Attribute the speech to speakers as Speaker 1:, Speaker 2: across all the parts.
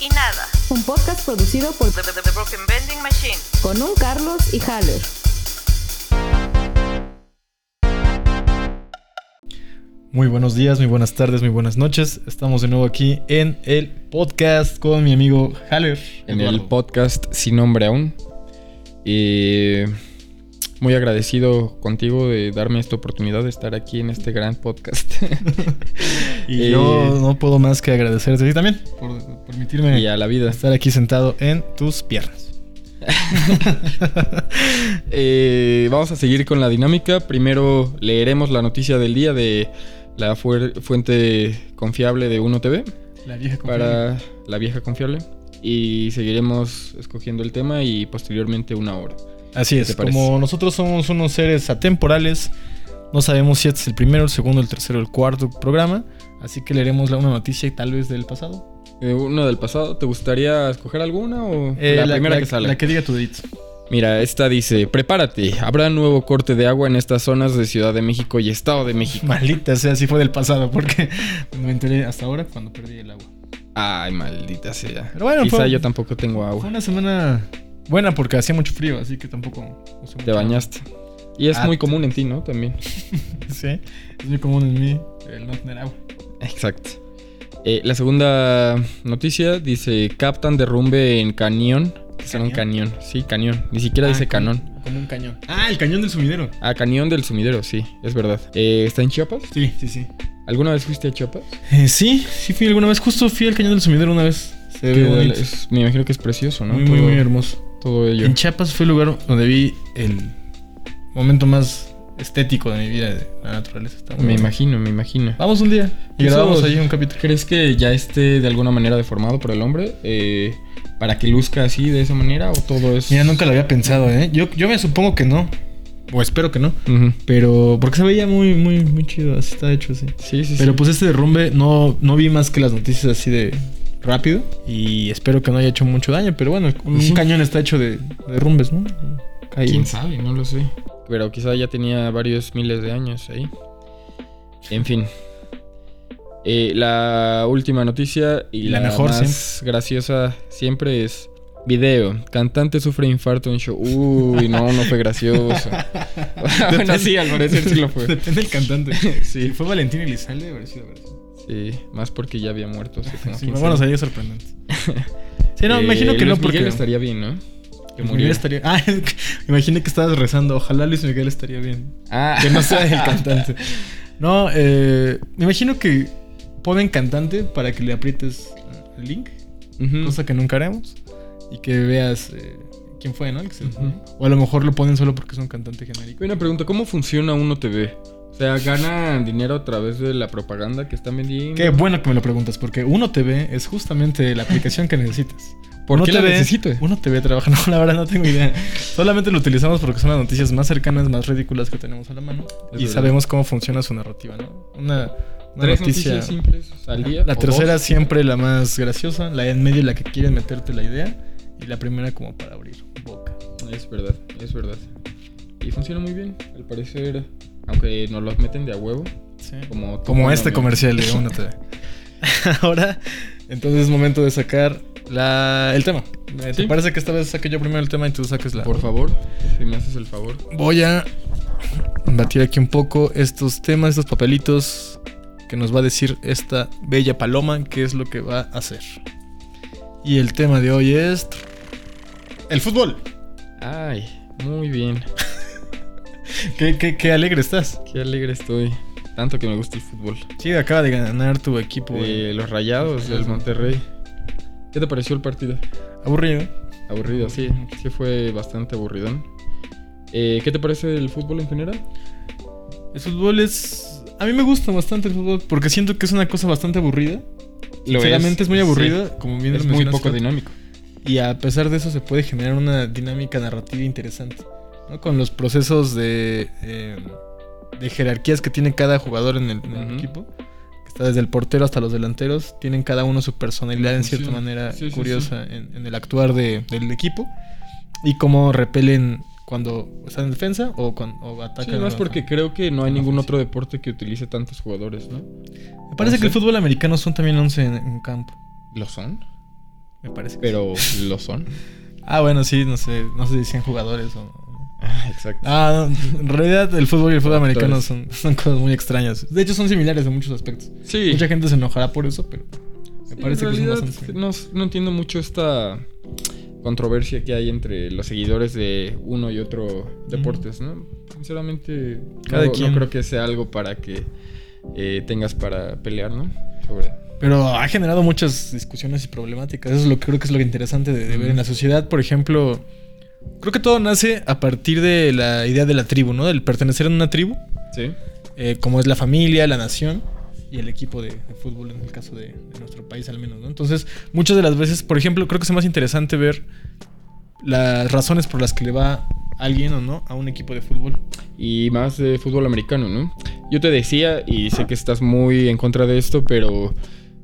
Speaker 1: y nada.
Speaker 2: Un podcast producido por
Speaker 1: The, the- the Broken Vending Machine.
Speaker 2: con un Carlos y Haller.
Speaker 3: Muy buenos días, muy buenas tardes, muy buenas noches. Estamos de nuevo aquí en el podcast con mi amigo Haller.
Speaker 4: en el
Speaker 3: Eduardo.
Speaker 4: podcast sin nombre aún. Eh, muy agradecido contigo de darme esta oportunidad de estar aquí en este gran podcast
Speaker 3: Y
Speaker 4: eh,
Speaker 3: yo no puedo más que agradecerte a ti también por permitirme
Speaker 4: y a la vida.
Speaker 3: estar aquí sentado en tus piernas.
Speaker 4: Eh, vamos a seguir con la dinámica. Primero leeremos la noticia del día de la fuer- fuente confiable de 1TV
Speaker 3: La vieja
Speaker 4: para la vieja confiable. Y seguiremos escogiendo el tema y posteriormente una hora.
Speaker 3: Así es,
Speaker 4: te parece?
Speaker 3: como nosotros somos unos seres atemporales, no sabemos si este es el primero, el segundo, el tercero, el cuarto programa, así que leeremos la- una noticia y tal vez del pasado.
Speaker 4: Eh, una del pasado, ¿te gustaría escoger alguna o
Speaker 3: Eh,
Speaker 4: la, primera que sale?
Speaker 3: La que diga tu dedito.
Speaker 4: Mira, esta dice, prepárate, habrá nuevo corte de agua en estas zonas de Ciudad de México y Estado de México.
Speaker 3: Maldita sea, sí fue del pasado, porque me enteré hasta ahora cuando perdí el agua.
Speaker 4: Ay, maldita sea.
Speaker 3: Pero bueno,
Speaker 4: Quizá
Speaker 3: fue-
Speaker 4: yo tampoco tengo
Speaker 3: Fue
Speaker 4: agua.
Speaker 3: una semana buena porque hacía mucho frío, así que tampoco usé mucho.
Speaker 4: Te bañaste. Y es
Speaker 3: Ah,
Speaker 4: muy
Speaker 3: te-
Speaker 4: común en ti, ¿no? También.
Speaker 3: Sí, es muy común en mí el no tener agua.
Speaker 4: Exacto. Eh, la segunda noticia dice, captan derrumbe en cañón. Que será un cañón. Sí, cañón. Ni
Speaker 3: Ah,
Speaker 4: siquiera dice canón.
Speaker 3: Como un cañón. Ah, el cañón del sumidero.
Speaker 4: Ah, cañón del sumidero, sí, es verdad. Eh, ¿Está en Chiapas?
Speaker 3: Sí, sí, sí.
Speaker 4: ¿Alguna vez fuiste a Chiapas?
Speaker 3: Eh, sí, sí fui alguna vez, justo fui al cañón del sumidero una vez. Se
Speaker 4: Qué
Speaker 3: ve bonito.
Speaker 4: es- me imagino que es precioso, ¿no?
Speaker 3: Muy, muy,
Speaker 4: Todo-
Speaker 3: muy hermoso.
Speaker 4: Todo ello.
Speaker 3: En Chiapas fue el lugar donde vi el momento más estético de mi vida, de la naturaleza. Está muy
Speaker 4: Me
Speaker 3: bueno.
Speaker 4: imagino, me imagino.
Speaker 3: Vamos un día y
Speaker 4: Eso-
Speaker 3: grabamos ahí un capítulo.
Speaker 4: ¿Crees que ya esté de alguna manera deformado por el hombre? Eh, ¿Para que luzca así de esa manera o todo es...?
Speaker 3: Mira, nunca lo había pensado, ¿eh? Yo, yo me supongo que no. O espero que no.
Speaker 4: Ujú.
Speaker 3: Pero porque se veía muy, muy, muy chido, así está hecho así.
Speaker 4: Sí, sí, sí.
Speaker 3: Pero pues este derrumbe no, no vi más que las noticias así de rápido. Y espero que no haya hecho mucho daño, pero bueno, un
Speaker 4: Sí.
Speaker 3: cañón está hecho de de derrumbes, ¿no? Caí.
Speaker 4: ¿Quién sabe? No lo sé. Pero quizá ya tenía varios miles de años ahí. En fin. Eh, la última noticia y
Speaker 3: La
Speaker 4: la,
Speaker 3: mejor
Speaker 4: más graciosa siempre es... Video. Cantante sufre infarto en show. Uy, no, no fue gracioso. bueno, sí, al parecer sí lo fue.
Speaker 3: Depende del cantante. Si
Speaker 4: Sí,
Speaker 3: fue Valentín Elizalde, habría sido gracioso.
Speaker 4: sí. Más porque ya había muerto hace como
Speaker 3: Sí,
Speaker 4: 15
Speaker 3: bueno,
Speaker 4: años.
Speaker 3: sería sorprendente. Sí, no, me
Speaker 4: Eh,
Speaker 3: imagino que no
Speaker 4: Luis
Speaker 3: porque
Speaker 4: Miguel estaría bien, ¿no? Que
Speaker 3: Luis
Speaker 4: muriera.
Speaker 3: Miguel estaría. Ah, es que me imaginé que estabas rezando. Ojalá Luis Miguel estaría bien.
Speaker 4: Ah.
Speaker 3: Que no sea el cantante. No, eh, me imagino que ponen cantante para que le aprietes el link,
Speaker 4: Ujú.
Speaker 3: cosa que nunca haremos, y que veas eh, quién fue, ¿no? El que se-
Speaker 4: Ujú.
Speaker 3: O a lo mejor lo ponen solo porque es un cantante genérico.
Speaker 4: Una pregunta, ¿cómo funciona Uno TV? O sea, ¿ganan dinero a través de la propaganda que están vendiendo?
Speaker 3: Qué bueno que me lo preguntas, porque Uno TV es justamente la aplicación que necesitas.
Speaker 4: ¿Por
Speaker 3: Uno
Speaker 4: qué la necesito?
Speaker 3: Uno TV trabaja, no, la verdad no tengo idea. Solamente lo utilizamos porque son las noticias más cercanas, más ridículas que tenemos a la mano.
Speaker 4: Es
Speaker 3: y
Speaker 4: verdad.
Speaker 3: sabemos cómo funciona su narrativa, ¿no? Una, una
Speaker 4: Tres
Speaker 3: noticia-
Speaker 4: noticias simples al día.
Speaker 3: La
Speaker 4: o
Speaker 3: tercera
Speaker 4: dos.
Speaker 3: siempre la más graciosa, la en medio la que quieren meterte la idea y la primera como para abrir boca.
Speaker 4: Es verdad, es verdad. Y funciona muy bien, al parecer, aunque nos los meten de a huevo. Como,
Speaker 3: Como este
Speaker 4: comercial.
Speaker 3: comercial de Uno TV. Ahora, entonces es momento de sacar la, el tema. Eh, ¿Te
Speaker 4: Sí.
Speaker 3: parece que esta vez saque yo primero el tema y tú saques la...
Speaker 4: Por favor, si me haces el favor.
Speaker 3: Voy a batir aquí un poco estos temas, estos papelitos que nos va a decir esta bella paloma qué es lo que va a hacer. Y el tema de hoy es... El fútbol.
Speaker 4: Ay, muy bien.
Speaker 3: Qué, qué- qué alegre estás.
Speaker 4: Qué alegre estoy. Tanto que me gusta el fútbol.
Speaker 3: Sí, acaba de ganar tu equipo.
Speaker 4: de los rayados del Monterrey. ¿Qué te pareció el partido?
Speaker 3: Aburrido.
Speaker 4: Aburrido, sí. Sí fue bastante aburridón. Eh, ¿Qué te parece el fútbol en general?
Speaker 3: El fútbol es... A mí me gusta bastante el fútbol porque siento que es una cosa bastante aburrida. Sinceramente es, muy aburrida, como bien
Speaker 4: Es
Speaker 3: lo
Speaker 4: muy
Speaker 3: mencionas,
Speaker 4: poco
Speaker 3: Fer.
Speaker 4: dinámico.
Speaker 3: Y a pesar de eso se puede generar una dinámica narrativa interesante. ¿no? Con los procesos de, eh, de jerarquías que tiene cada jugador en el, en el
Speaker 4: Ujú.
Speaker 3: equipo. Que está desde el portero hasta los delanteros. Tienen cada uno su personalidad en cierta
Speaker 4: Funciona.
Speaker 3: manera
Speaker 4: Sí, sí,
Speaker 3: curiosa En, en el actuar de- del equipo. Y cómo repelen cuando están en defensa o, cuando, o
Speaker 4: Sí,
Speaker 3: atacan.
Speaker 4: más
Speaker 3: a-
Speaker 4: porque creo que no hay
Speaker 3: en
Speaker 4: ningún
Speaker 3: ofensiva.
Speaker 4: otro deporte que utilice tantos jugadores, ¿no?
Speaker 3: Me parece que el
Speaker 4: Sí.
Speaker 3: fútbol americano son también 11 en, en campo.
Speaker 4: ¿Lo son?
Speaker 3: me parece.
Speaker 4: Pero lo son.
Speaker 3: Ah, bueno, sí, no sé, no sé si sean jugadores o...
Speaker 4: exacto.
Speaker 3: Ah, no, en realidad el fútbol y el fútbol
Speaker 4: Actores.
Speaker 3: americano son, son cosas muy extrañas. De hecho, son similares en muchos aspectos.
Speaker 4: sí.
Speaker 3: Mucha gente se enojará por eso, pero me
Speaker 4: Sí,
Speaker 3: parece
Speaker 4: en
Speaker 3: que son
Speaker 4: realidad,
Speaker 3: bastante similares.
Speaker 4: no, no entiendo mucho esta controversia que hay entre los seguidores de uno y otro deportes, ¿no? Sinceramente,
Speaker 3: Cada
Speaker 4: no, no
Speaker 3: quien.
Speaker 4: creo que sea algo para que eh, tengas para pelear, ¿no? Sobre...
Speaker 3: Pero ha generado muchas discusiones y problemáticas. Eso es lo que creo que es lo interesante de, de ver en la sociedad. Por ejemplo, creo que todo nace a partir de la idea de la tribu, ¿no? Del pertenecer a una tribu,
Speaker 4: Sí.
Speaker 3: eh, como es la familia, la nación y el equipo de, de fútbol en el caso de, de nuestro país al menos, ¿no? Entonces, muchas de las veces, por ejemplo, creo que es más interesante ver las razones por las que le va alguien o no a un equipo de fútbol.
Speaker 4: Y más de fútbol americano, ¿no? Yo te decía, y sé que estás muy en contra de esto, pero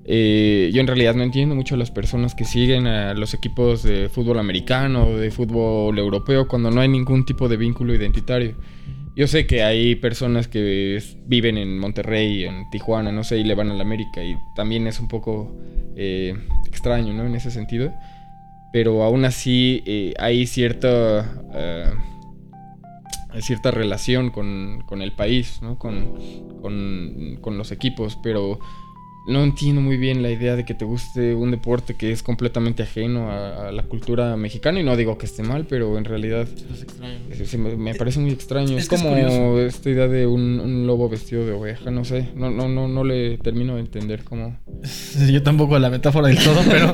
Speaker 4: eh, yo en realidad no entiendo mucho a las personas que siguen a los equipos de fútbol americano, de fútbol europeo, cuando no hay ningún tipo de vínculo identitario. Yo sé que hay personas que es- viven en Monterrey, en Tijuana, no sé, y le van a la América, y también es un poco eh, extraño, ¿no? En ese sentido. Pero aún así eh, hay cierta, eh, hay cierta relación con, con el país, ¿no? Con, con, con los equipos, pero no entiendo muy bien la idea de que te guste un deporte que es completamente ajeno a, a la cultura mexicana, y no digo que esté mal, pero en realidad... Sí, sí, me, me parece muy extraño.
Speaker 3: es
Speaker 4: Es,
Speaker 3: que es
Speaker 4: como
Speaker 3: curioso.
Speaker 4: esta idea de un, un lobo vestido de oveja, no sé. No, no, no, no le termino de entender cómo.
Speaker 3: Sí, Yo tampoco la metáfora del todo, pero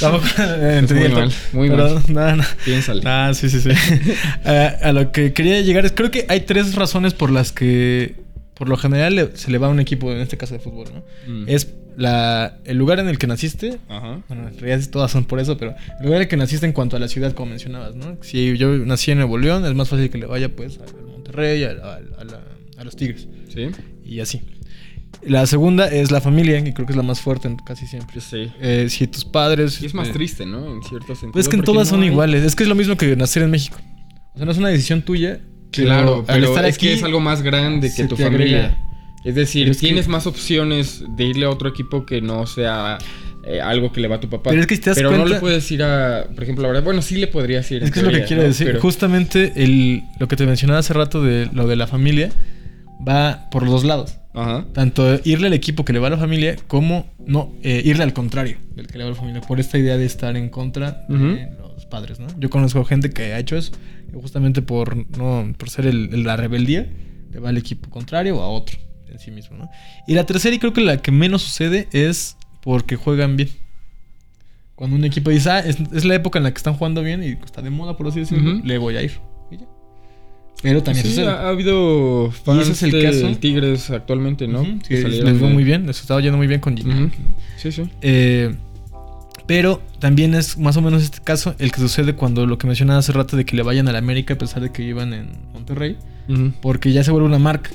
Speaker 3: tampoco entendí el
Speaker 4: muy mal,
Speaker 3: todo.
Speaker 4: muy
Speaker 3: Pero,
Speaker 4: mal.
Speaker 3: nada, nada.
Speaker 4: Piénsale.
Speaker 3: Ah, sí, sí, sí. Eh, a lo que quería llegar es, creo que hay tres razones por las que, por lo general, le- se le va a un equipo, en este caso de fútbol, ¿no?
Speaker 4: Mm.
Speaker 3: Es la, el lugar en el que naciste.
Speaker 4: Ajá.
Speaker 3: Bueno, en realidad todas son por eso, pero el lugar en el que naciste en cuanto a la ciudad, como mencionabas, ¿no? Si yo nací en Nuevo León, es más fácil que le vaya, pues, al Monterrey, a, a- a la- a los Tigres
Speaker 4: Sí.
Speaker 3: y así. La segunda es la familia, que creo que es la más fuerte en- casi siempre.
Speaker 4: Sí.
Speaker 3: Eh, si tus padres...
Speaker 4: Y es más
Speaker 3: eh,
Speaker 4: triste, ¿no? En cierto sentido.
Speaker 3: pues es que en
Speaker 4: porque
Speaker 3: todas
Speaker 4: no
Speaker 3: son
Speaker 4: hay-
Speaker 3: iguales. Es que es lo mismo que nacer en México. O sea, no es una decisión tuya.
Speaker 4: Claro,
Speaker 3: al
Speaker 4: pero
Speaker 3: estar
Speaker 4: es que
Speaker 3: aquí-
Speaker 4: es algo más grande
Speaker 3: se
Speaker 4: que tu
Speaker 3: te
Speaker 4: familia.
Speaker 3: agrega.
Speaker 4: Es decir,
Speaker 3: Pero es que-
Speaker 4: tienes más opciones de irle a otro equipo que no sea eh, algo que le va a tu papá.
Speaker 3: Pero es que si te das
Speaker 4: Pero no
Speaker 3: cuenta-
Speaker 4: le puedes ir a, por ejemplo, ahora, bueno, sí le podrías ir.
Speaker 3: Es
Speaker 4: en
Speaker 3: que es lo que
Speaker 4: teoría,
Speaker 3: quiero
Speaker 4: ¿no?
Speaker 3: decir.
Speaker 4: Pero-
Speaker 3: Justamente el, lo que te mencionaba hace rato de lo de la familia va por los dos lados.
Speaker 4: Ajá.
Speaker 3: Tanto irle al equipo que le va a la familia como no eh, irle al contrario del que le va a la familia. Por esta idea de estar en contra de
Speaker 4: Ujú.
Speaker 3: los padres, ¿no? Yo conozco gente que ha hecho eso justamente por no por ser el- el- la rebeldía le va al equipo contrario o a otro en sí mismo, ¿no? Y la tercera y creo que la que menos sucede es porque juegan bien. Cuando un equipo dice, ah, es, es la época en la que están jugando bien y está de moda, por así decirlo,
Speaker 4: Ujú.
Speaker 3: le voy a ir. Y ya. Pero también
Speaker 4: sí,
Speaker 3: sucede.
Speaker 4: ha, ha habido fans
Speaker 3: ese es el
Speaker 4: del
Speaker 3: caso?
Speaker 4: Tigres actualmente, ¿no?
Speaker 3: Ujú,
Speaker 4: Que
Speaker 3: que les
Speaker 4: salieron
Speaker 3: les fue
Speaker 4: de-
Speaker 3: muy bien, les estaba yendo muy bien con Gignac,
Speaker 4: Ujú.
Speaker 3: ¿no?
Speaker 4: Sí, sí.
Speaker 3: Eh, pero también es más o menos este caso el que sucede cuando lo que mencionaba hace rato de que le vayan a la América a pesar de que iban en Monterrey,
Speaker 4: Ujú.
Speaker 3: porque ya se vuelve una marca.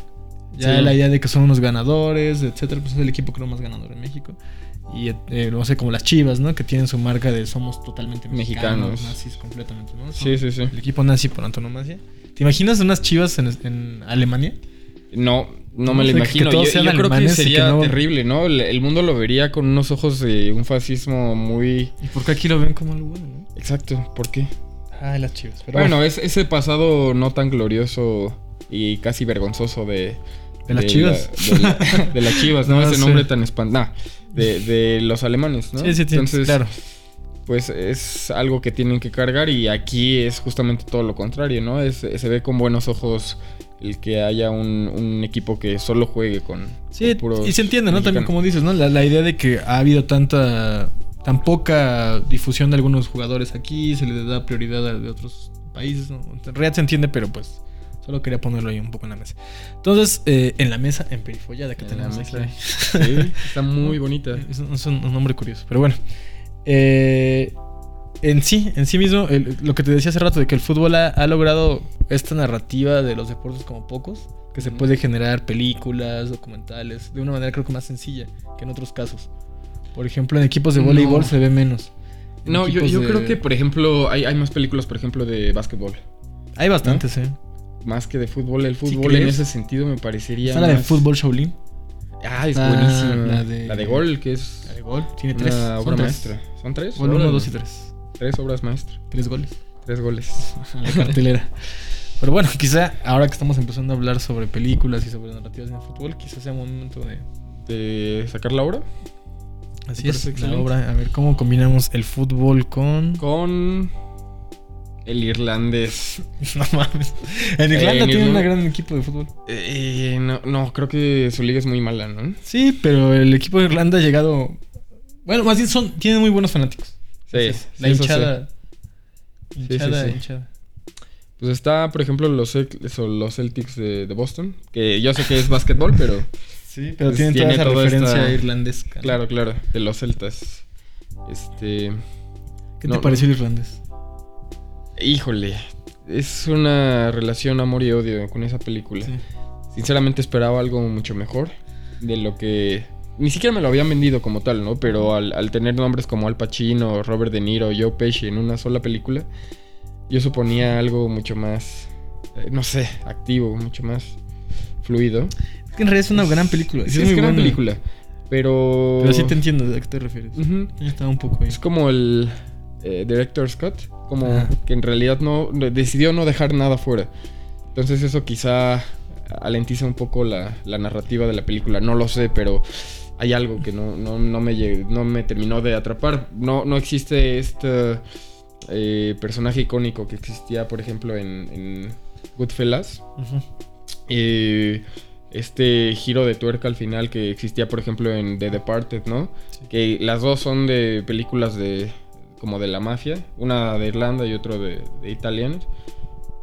Speaker 3: Ya
Speaker 4: Sí.
Speaker 3: la idea de que son unos ganadores, etcétera, pues es el equipo creo más ganador en México. Y eh, no sé, como las Chivas, ¿no? Que tienen su marca de somos totalmente mexicanos,
Speaker 4: Mexicanos.
Speaker 3: nazis completamente, ¿no? Son
Speaker 4: Sí, sí, sí.
Speaker 3: El equipo nazi por antonomasia. ¿Te imaginas unas Chivas en, en Alemania?
Speaker 4: No, no
Speaker 3: No
Speaker 4: me
Speaker 3: sé,
Speaker 4: lo
Speaker 3: que-
Speaker 4: imagino.
Speaker 3: que todos
Speaker 4: Yo- yo
Speaker 3: sean
Speaker 4: creo que
Speaker 3: alemanes y
Speaker 4: sería
Speaker 3: que no-
Speaker 4: terrible, ¿no? El, el mundo lo vería con unos ojos de un fascismo muy...
Speaker 3: ¿Y por qué aquí lo ven como algo bueno, no?
Speaker 4: Exacto, ¿por qué?
Speaker 3: Ay, Ah, las Chivas. Pero
Speaker 4: bueno, es ese pasado no tan glorioso y casi vergonzoso de...
Speaker 3: De las
Speaker 4: la-
Speaker 3: Chivas.
Speaker 4: de, la- de las chivas, ¿no?
Speaker 3: No
Speaker 4: ese
Speaker 3: sé.
Speaker 4: nombre tan espantoso. de, de los alemanes, ¿no?
Speaker 3: Sí, sí, sí,
Speaker 4: Entonces,
Speaker 3: claro.
Speaker 4: pues es algo que tienen que cargar y aquí es justamente todo lo contrario, ¿no? Es- se ve con buenos ojos el que haya un, un equipo que solo juegue con...
Speaker 3: Sí,
Speaker 4: con puros
Speaker 3: y se entiende, ¿no? También
Speaker 4: mexicanos.
Speaker 3: como dices, ¿no? La, la idea de que ha habido tanta, tan poca difusión de algunos jugadores aquí, se les da prioridad a de otros países, ¿no? En realidad se entiende, pero pues solo quería ponerlo ahí un poco en la mesa. Entonces, eh, en la mesa, en perifollada que
Speaker 4: En la
Speaker 3: tenemos
Speaker 4: mesa.
Speaker 3: aquí.
Speaker 4: Sí, está muy bonita.
Speaker 3: Es, un- es un, un nombre curioso, pero bueno. Eh, en sí, en sí mismo, el- lo que te decía hace rato de que el fútbol ha, ha logrado esta narrativa de los deportes como pocos, que se
Speaker 4: Ujú.
Speaker 3: puede generar películas, documentales, de una manera creo que más sencilla que en otros casos. Por ejemplo, en equipos de
Speaker 4: No.
Speaker 3: voleibol se ve menos. En
Speaker 4: No, yo,
Speaker 3: equipos
Speaker 4: yo
Speaker 3: de-
Speaker 4: creo que, por ejemplo, hay, hay más películas, por ejemplo, de básquetbol.
Speaker 3: Hay bastantes, ¿eh?
Speaker 4: Más que de fútbol. El
Speaker 3: ¿Sí
Speaker 4: fútbol en
Speaker 3: crees?
Speaker 4: ese sentido me parecería...
Speaker 3: Está la de
Speaker 4: más-
Speaker 3: fútbol Shaolin.
Speaker 4: Ah, es
Speaker 3: Ah,
Speaker 4: buenísima.
Speaker 3: la
Speaker 4: La
Speaker 3: de-
Speaker 4: de... gol, que es
Speaker 3: La de gol tiene tres.
Speaker 4: una
Speaker 3: son
Speaker 4: obra
Speaker 3: tres.
Speaker 4: maestra. ¿Son tres?
Speaker 3: Gol
Speaker 4: Órale.
Speaker 3: 1, 2 y 3.
Speaker 4: Tres obras maestras.
Speaker 3: Tres goles.
Speaker 4: Tres goles.
Speaker 3: en la cartelera. Pero bueno, quizá ahora que estamos empezando a hablar sobre películas y sobre narrativas en el fútbol, quizá sea un momento de.
Speaker 4: ¿De sacar la obra?
Speaker 3: Así
Speaker 4: Me
Speaker 3: es,
Speaker 4: parece
Speaker 3: la
Speaker 4: excelente.
Speaker 3: obra. A ver cómo combinamos el fútbol con.
Speaker 4: Con el irlandés.
Speaker 3: No mames. En
Speaker 4: Eh,
Speaker 3: Irlanda
Speaker 4: en
Speaker 3: tiene un
Speaker 4: Irlanda.
Speaker 3: gran equipo de fútbol.
Speaker 4: Eh, no, no, creo que su liga es muy mala, ¿no?
Speaker 3: Sí, pero el equipo de Irlanda ha llegado. Bueno, más bien son, tienen muy buenos fanáticos. Entonces, la
Speaker 4: eso sí.
Speaker 3: hinchada.
Speaker 4: Sí, sí,
Speaker 3: Hinchada,
Speaker 4: sí.
Speaker 3: hinchada.
Speaker 4: Pues está, por ejemplo, los, Cel- o los Celtics de, de Boston. Que yo sé que es básquetbol, pero.
Speaker 3: Sí, pero
Speaker 4: Pues
Speaker 3: tienen toda
Speaker 4: tiene
Speaker 3: esa
Speaker 4: toda
Speaker 3: referencia
Speaker 4: esta-
Speaker 3: irlandesa. ¿no?
Speaker 4: Claro, claro, de los celtas. Este.
Speaker 3: ¿Qué te
Speaker 4: No, no.
Speaker 3: pareció el irlandés?
Speaker 4: Híjole. Es una relación amor y odio con esa película.
Speaker 3: Sí.
Speaker 4: Sinceramente esperaba algo mucho mejor de lo que... Ni siquiera me lo habían vendido como tal, ¿no? Pero al, al tener nombres como Al Pacino, Robert De Niro, Joe Pesci en una sola película, yo suponía algo mucho más, eh, no sé, activo, mucho más fluido.
Speaker 3: Es que en realidad es una gran película.
Speaker 4: Sí, es
Speaker 3: muy
Speaker 4: gran
Speaker 3: buena.
Speaker 4: película, pero...
Speaker 3: Pero sí te entiendo de a qué te refieres.
Speaker 4: Ujú.
Speaker 3: Yo estaba un poco ahí.
Speaker 4: Es como el eh, director Scott, como
Speaker 3: Ajá.
Speaker 4: que en realidad no decidió no dejar nada fuera. Entonces eso quizá alentiza un poco la, la narrativa de la película, no lo sé, pero hay algo que no, no, no me, lle- no me terminó de atrapar. No, no existe este eh, personaje icónico que existía, por ejemplo, en, en Goodfellas. Eh, este giro de tuerca al final que existía, por ejemplo, en The Departed, ¿no? Que las dos son de películas de como de la mafia, una de Irlanda y otro de, de italianos.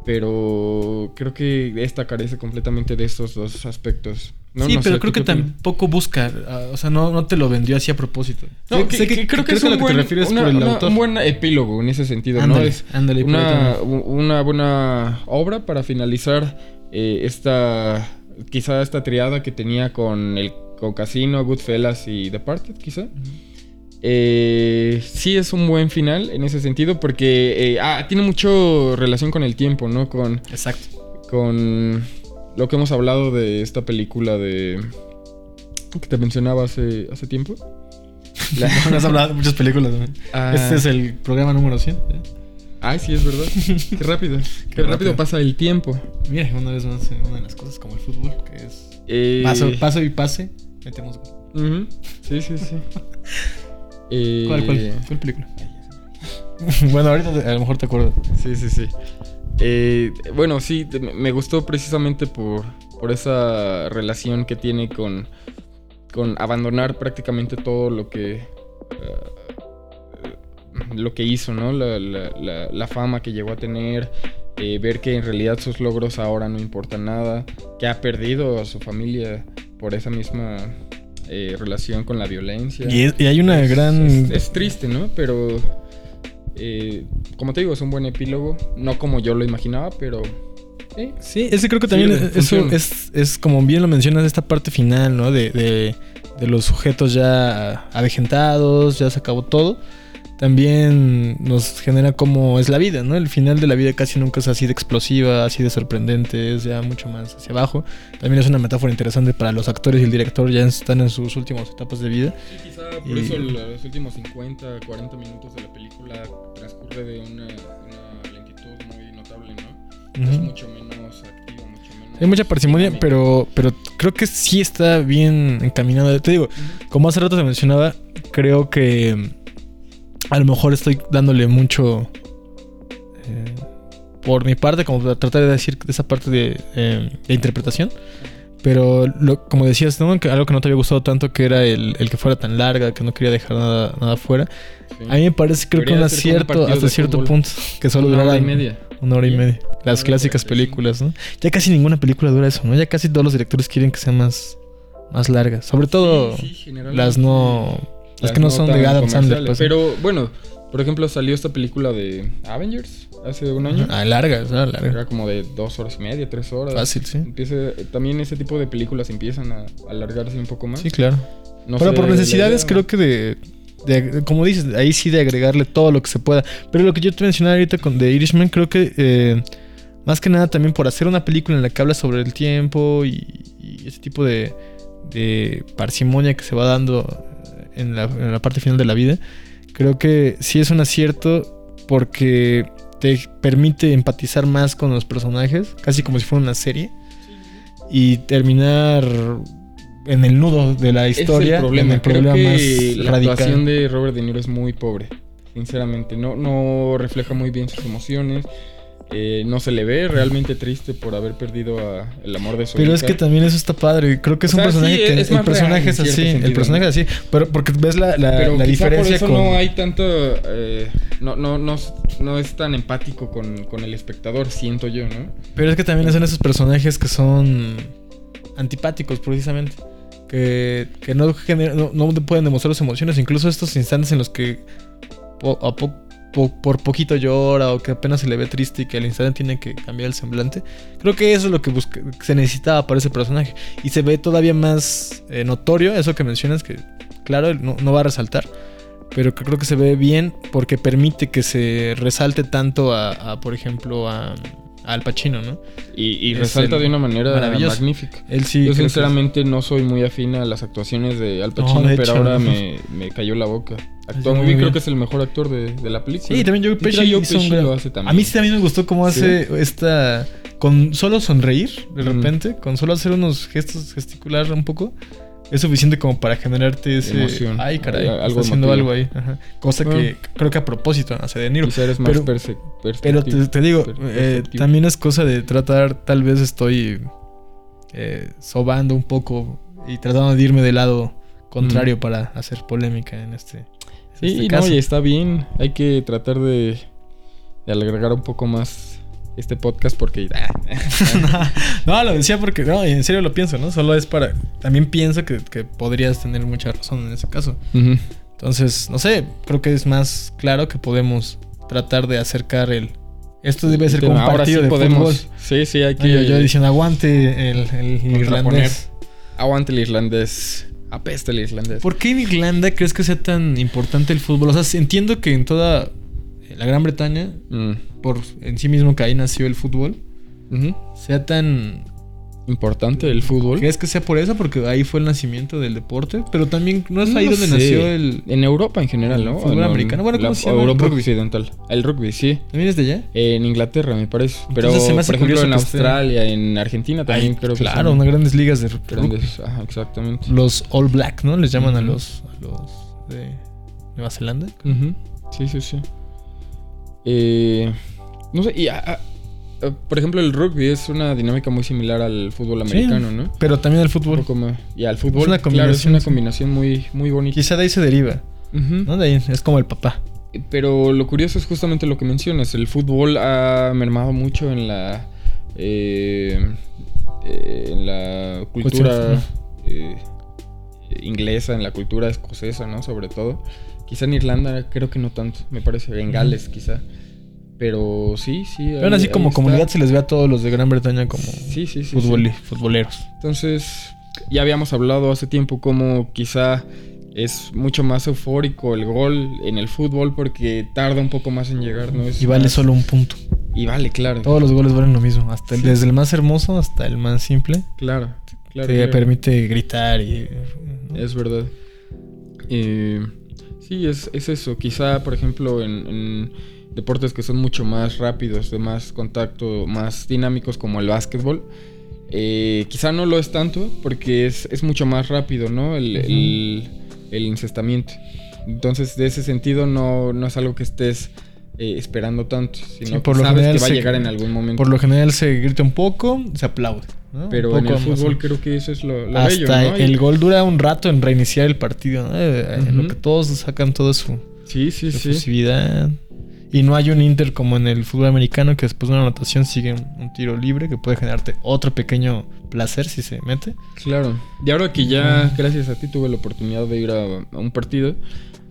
Speaker 4: Pero creo que esta carece completamente de esos dos aspectos. No,
Speaker 3: sí,
Speaker 4: no sé,
Speaker 3: pero
Speaker 4: ¿tú
Speaker 3: creo
Speaker 4: qué
Speaker 3: que
Speaker 4: opinas?
Speaker 3: tampoco busca. ah, o sea, no, no te lo vendió así a propósito.
Speaker 4: No,
Speaker 3: Sé-
Speaker 4: que-
Speaker 3: sé
Speaker 4: que creo que es
Speaker 3: a
Speaker 4: un
Speaker 3: lo
Speaker 4: buen-
Speaker 3: te refieres
Speaker 4: una-
Speaker 3: por el
Speaker 4: una-
Speaker 3: autor.
Speaker 4: un buen epílogo en ese sentido, ¿no?
Speaker 3: Ándale,
Speaker 4: Es-
Speaker 3: ándale, pues, por ahí
Speaker 4: una,
Speaker 3: también.
Speaker 4: u- una buena obra para finalizar eh, esta quizá esta triada que tenía con el con Casino, Goodfellas y Departed, quizá. Eh, sí es un buen final en ese sentido porque eh, ah, tiene mucho relación con el tiempo, ¿no? Con
Speaker 3: Exacto.
Speaker 4: con lo que hemos hablado de esta película de que te mencionaba hace hace tiempo. La-
Speaker 3: Bueno, has hablado de muchas películas. ¿no?
Speaker 4: Ah.
Speaker 3: Este es el programa número 100. ¿eh?
Speaker 4: Ay, sí, es verdad. Qué rápido. Qué,
Speaker 3: Qué
Speaker 4: rápido.
Speaker 3: rápido.
Speaker 4: pasa el tiempo.
Speaker 3: Mira, una vez más, eh, una de las cosas como el fútbol, que es
Speaker 4: Eh,
Speaker 3: paso, paso y pase, metemos gol.
Speaker 4: ujú. Sí, sí, sí. Eh,
Speaker 3: ¿Cuál, cuál, cuál película? bueno, ahorita te- a lo mejor te acuerdas.
Speaker 4: Sí, sí, sí. Eh, bueno, sí, te- me- me gustó precisamente por, por esa relación que tiene con, con abandonar prácticamente todo lo que. eh, lo que hizo, ¿no? La, la- la- la fama que llegó a tener, eh, ver que en realidad sus logros ahora no importan nada, que ha perdido a su familia por esa misma eh, relación con la violencia.
Speaker 3: Y, es- y hay una
Speaker 4: Es-
Speaker 3: gran.
Speaker 4: Es, es triste, ¿no? Pero. eh, como te digo, es un buen epílogo. No como yo lo imaginaba, pero. eh,
Speaker 3: Sí, ese creo que también
Speaker 4: Sirve,
Speaker 3: es- eso
Speaker 4: funciona.
Speaker 3: es, es como bien lo mencionas, esta parte final, ¿no? De, de- de los sujetos ya avejentados, ya se acabó todo. También nos genera cómo es la vida, ¿no? El final de la vida casi nunca es así de explosiva, así de sorprendente, es ya mucho más hacia abajo. También es una metáfora interesante para los actores y el director, ya están en sus últimas etapas de vida.
Speaker 4: sí, quizá por
Speaker 3: Y-
Speaker 4: eso los últimos 50, 40 minutos de la película transcurre de una, una lentitud muy notable, ¿no? Es
Speaker 3: Ujú.
Speaker 4: mucho menos activo, mucho menos.
Speaker 3: Hay mucha parsimonia,
Speaker 4: dinámico.
Speaker 3: pero, pero creo que sí está bien encaminada. Te digo, como hace rato te mencionaba, creo que mm, a lo mejor estoy dándole mucho eh, por mi parte, como para tratar de decir esa parte de, eh, de interpretación. Pero lo- como decías, ¿no? Que algo que no te había gustado tanto, que era el, el que fuera tan larga, que no quería dejar nada, nada fuera.
Speaker 4: Sí.
Speaker 3: A mí me parece, creo que
Speaker 4: Debería
Speaker 3: un
Speaker 4: de ser como un
Speaker 3: acierto
Speaker 4: partido
Speaker 3: hasta
Speaker 4: de
Speaker 3: cierto
Speaker 4: fútbol.
Speaker 3: punto, que solo
Speaker 4: Una
Speaker 3: durara
Speaker 4: hora y media.
Speaker 3: una hora y
Speaker 4: Ya.
Speaker 3: media.
Speaker 4: Una
Speaker 3: Las
Speaker 4: hora
Speaker 3: clásicas
Speaker 4: 45.
Speaker 3: películas, ¿no? Ya casi ninguna película dura eso, ¿no? Ya casi todos los directores quieren que sea más, más larga. Sobre todo
Speaker 4: Sí, sí, generalmente.
Speaker 3: las no. Las, que no, son de
Speaker 4: tan
Speaker 3: Adam Sandler.
Speaker 4: comerciales.
Speaker 3: Pues,
Speaker 4: Pero bueno, por ejemplo, salió esta película de Avengers hace un año.
Speaker 3: Ah, larga, o sea, larga.
Speaker 4: Era como de dos horas y media, tres horas.
Speaker 3: Fácil, sí.
Speaker 4: Empieza- también ese tipo de películas empiezan a alargarse un poco más.
Speaker 3: Sí, claro.
Speaker 4: No
Speaker 3: pero
Speaker 4: sé,
Speaker 3: por
Speaker 4: la
Speaker 3: necesidades,
Speaker 4: idea-
Speaker 3: creo que de, de- Como dices, ahí sí de agregarle todo lo que se pueda. Pero lo que yo te mencionaba ahorita con The Irishman, creo que. eh, más que nada también por hacer una película en la que habla sobre el tiempo y, y ese tipo de, de parsimonia que se va dando en la, en la parte final de la vida, creo que sí es un acierto porque te permite empatizar más con los personajes, casi como si fuera una serie, y terminar en el nudo de la
Speaker 4: Ese
Speaker 3: historia,
Speaker 4: es el problema.
Speaker 3: en el
Speaker 4: Creo
Speaker 3: problema
Speaker 4: que
Speaker 3: más
Speaker 4: la actuación
Speaker 3: radical.
Speaker 4: de Robert De Niro es muy pobre, sinceramente. No, no refleja muy bien sus emociones. eh, no se le ve realmente triste por haber perdido a- el amor de su
Speaker 3: Pero es
Speaker 4: hija.
Speaker 3: que también eso está padre. Creo que es
Speaker 4: O
Speaker 3: un
Speaker 4: sea,
Speaker 3: personaje
Speaker 4: sí,
Speaker 3: que
Speaker 4: es
Speaker 3: el
Speaker 4: más real
Speaker 3: personaje
Speaker 4: en
Speaker 3: es así,
Speaker 4: cierto
Speaker 3: el
Speaker 4: sentido,
Speaker 3: personaje
Speaker 4: ¿no?
Speaker 3: es así, pero porque ves la, la-
Speaker 4: Pero
Speaker 3: la
Speaker 4: quizá
Speaker 3: diferencia
Speaker 4: por eso
Speaker 3: con
Speaker 4: no hay tanto... eh, no, no, no, no es tan empático con, con el espectador, siento yo, ¿no?
Speaker 3: Pero es que también son esos personajes que son antipáticos, precisamente. Que, que no, gener- no, no te pueden demostrar sus emociones. Incluso estos instantes en los que po- a po- po- por poquito llora o que apenas se le ve triste y que al instante tiene que cambiar el semblante. Creo que eso es lo que busca- que se necesitaba para ese personaje. Y se ve todavía más eh, notorio eso que mencionas, que claro, no, no va a resaltar. Pero que creo que se ve bien porque permite que se resalte tanto a, a, por ejemplo, a, a Al Pacino, ¿no?
Speaker 4: Y, y
Speaker 3: Es
Speaker 4: resalta
Speaker 3: el-
Speaker 4: de una manera
Speaker 3: maravilloso.
Speaker 4: magnífica.
Speaker 3: Él sí. creo
Speaker 4: yo
Speaker 3: que-
Speaker 4: sinceramente no soy muy afín a las actuaciones de Al Pacino,
Speaker 3: No, de
Speaker 4: pero
Speaker 3: hecho, no.
Speaker 4: ahora me, me cayó la boca.
Speaker 3: Está
Speaker 4: Actúa muy
Speaker 3: muy
Speaker 4: bien, creo
Speaker 3: bien.
Speaker 4: que es el mejor actor de, de la película.
Speaker 3: Sí, también Joe
Speaker 4: Ni
Speaker 3: Pesci
Speaker 4: siquiera Joe
Speaker 3: hizo un
Speaker 4: Pesci
Speaker 3: gran-
Speaker 4: lo hace también.
Speaker 3: A mí sí también me gustó cómo
Speaker 4: Sí.
Speaker 3: hace esta... Con solo sonreír, de
Speaker 4: Mm.
Speaker 3: repente, con solo hacer unos gestos, gesticular un poco, es suficiente como para generarte ese...
Speaker 4: Emoción.
Speaker 3: Ay, caray,
Speaker 4: Ay,
Speaker 3: está
Speaker 4: algo
Speaker 3: haciendo
Speaker 4: emotivo.
Speaker 3: algo ahí. Ajá. Cosa
Speaker 4: Ah.
Speaker 3: que
Speaker 4: Pues,
Speaker 3: creo que a propósito hace De Niro.
Speaker 4: Quizá eres más
Speaker 3: pero-
Speaker 4: perse-
Speaker 3: Pero te,
Speaker 4: perspectivo.
Speaker 3: te digo,
Speaker 4: Per-
Speaker 3: eh,
Speaker 4: perceptivo.
Speaker 3: también es cosa de tratar, tal vez estoy eh, sobando un poco y tratando de irme del lado contrario para hacer polémica en este, en
Speaker 4: Mm. Sí,
Speaker 3: este
Speaker 4: y no,
Speaker 3: caso.
Speaker 4: y está bien. Hay que tratar de, de agregar un poco más este podcast porque...
Speaker 3: No, lo decía porque, no, y en serio lo pienso, ¿no? Solo es para, también pienso que, que podrías tener mucha razón en ese caso.
Speaker 4: Ujú.
Speaker 3: Entonces, no sé, creo que es más claro que podemos tratar de acercar el... Esto debe ser como
Speaker 4: Pero
Speaker 3: un partido de
Speaker 4: podemos.
Speaker 3: fútbol.
Speaker 4: Sí, sí, hay
Speaker 3: No,
Speaker 4: que...
Speaker 3: yo, yo diciendo, aguante el, el irlandés.
Speaker 4: Aguante el irlandés. Apesta el irlandés.
Speaker 3: ¿Por qué en Irlanda crees que sea tan importante el fútbol? O sea, sí, entiendo que en toda eh, la Gran Bretaña,
Speaker 4: Mm.
Speaker 3: por en sí mismo que ahí nació el fútbol,
Speaker 4: Ujú.
Speaker 3: sea tan...
Speaker 4: Importante el fútbol.
Speaker 3: ¿Crees que sea por eso? Porque ahí fue el nacimiento del deporte, pero también no es ahí
Speaker 4: No
Speaker 3: donde
Speaker 4: sé.
Speaker 3: nació el...
Speaker 4: En Europa en general,
Speaker 3: el
Speaker 4: ¿no?
Speaker 3: fútbol
Speaker 4: No,
Speaker 3: americano. Bueno,
Speaker 4: la-
Speaker 3: ¿cómo se llama?
Speaker 4: Europa
Speaker 3: El rugby.
Speaker 4: Occidental. El rugby, sí.
Speaker 3: ¿También es de allá?
Speaker 4: En Inglaterra, me parece. Pero,
Speaker 3: Entonces, se me hace
Speaker 4: por ejemplo,
Speaker 3: curioso
Speaker 4: en
Speaker 3: que esté-
Speaker 4: Australia, en Argentina también
Speaker 3: Ahí,
Speaker 4: creo que
Speaker 3: Claro,
Speaker 4: son
Speaker 3: unas grandes ligas de rugby.
Speaker 4: grandes. Ajá, exactamente.
Speaker 3: Los All Black, ¿no? Les llaman a
Speaker 4: Ujú.
Speaker 3: los... A los de Nueva Zelanda.
Speaker 4: Ujú. Sí, sí, sí. Eh, no sé, y ah, ah, ah, por ejemplo, el rugby es una dinámica muy similar al fútbol americano,
Speaker 3: Sí,
Speaker 4: ¿no?
Speaker 3: Pero también el
Speaker 4: Un
Speaker 3: fútbol.
Speaker 4: poco más- Y al fútbol,
Speaker 3: Es una
Speaker 4: claro, es
Speaker 3: combinación,
Speaker 4: una
Speaker 3: sí.
Speaker 4: combinación muy, muy bonita.
Speaker 3: Quizá de ahí se deriva,
Speaker 4: Ujú.
Speaker 3: ¿no? De ahí es como el papá.
Speaker 4: Pero lo curioso es justamente lo que mencionas. El fútbol ha mermado mucho en la. eh, eh, en la cultura
Speaker 3: Cultura.
Speaker 4: eh, inglesa, en la cultura escocesa, ¿no? Sobre todo. Quizá en Irlanda, creo que no tanto, me parece. En Gales, quizá. Pero sí, sí.
Speaker 3: Pero aún así como comunidad se
Speaker 4: le
Speaker 3: les ve a todos los de Gran Bretaña como
Speaker 4: Sí, sí, sí, sí.
Speaker 3: futboli- futboleros.
Speaker 4: Entonces, ya habíamos hablado hace tiempo como quizá es mucho más eufórico el gol en el fútbol porque tarda un poco más en llegar, ¿no? Es
Speaker 3: Y vale
Speaker 4: más-
Speaker 3: solo un punto.
Speaker 4: Y vale, claro.
Speaker 3: Todos los goles valen lo mismo. Hasta el-
Speaker 4: Sí.
Speaker 3: Desde el más hermoso hasta el más simple.
Speaker 4: Claro, claro.
Speaker 3: te
Speaker 4: claro.
Speaker 3: permite gritar y... ¿no?
Speaker 4: Es verdad. Eh, sí, es, es eso. Quizá, por ejemplo, en, en deportes que son mucho más rápidos, de más contacto, más dinámicos como el básquetbol, eh, quizá no lo es tanto porque es, es mucho más rápido, ¿no? El, el- el encestamiento. Entonces, de ese sentido, no, no es algo que estés eh, esperando tanto, sino
Speaker 3: Sí,
Speaker 4: que
Speaker 3: por lo
Speaker 4: sabes
Speaker 3: general
Speaker 4: que va a
Speaker 3: se-
Speaker 4: llegar en algún momento.
Speaker 3: Por lo general se grita un poco, se aplaude. ¿no?
Speaker 4: Pero
Speaker 3: Un
Speaker 4: en el
Speaker 3: poco más.
Speaker 4: fútbol creo que eso es lo, lo
Speaker 3: Hasta
Speaker 4: bello, ¿no? Y-
Speaker 3: el gol dura un rato en reiniciar el partido. ¿no? Eh, En
Speaker 4: Ujú.
Speaker 3: lo que todos sacan toda su
Speaker 4: Sí, sí, sí.
Speaker 3: efusividad. Y no hay un Inter como en el fútbol americano que después de una anotación sigue un tiro libre que puede generarte otro pequeño placer si se mete.
Speaker 4: Claro. Y ahora que ya, gracias a ti, tuve la oportunidad de ir a, a un partido,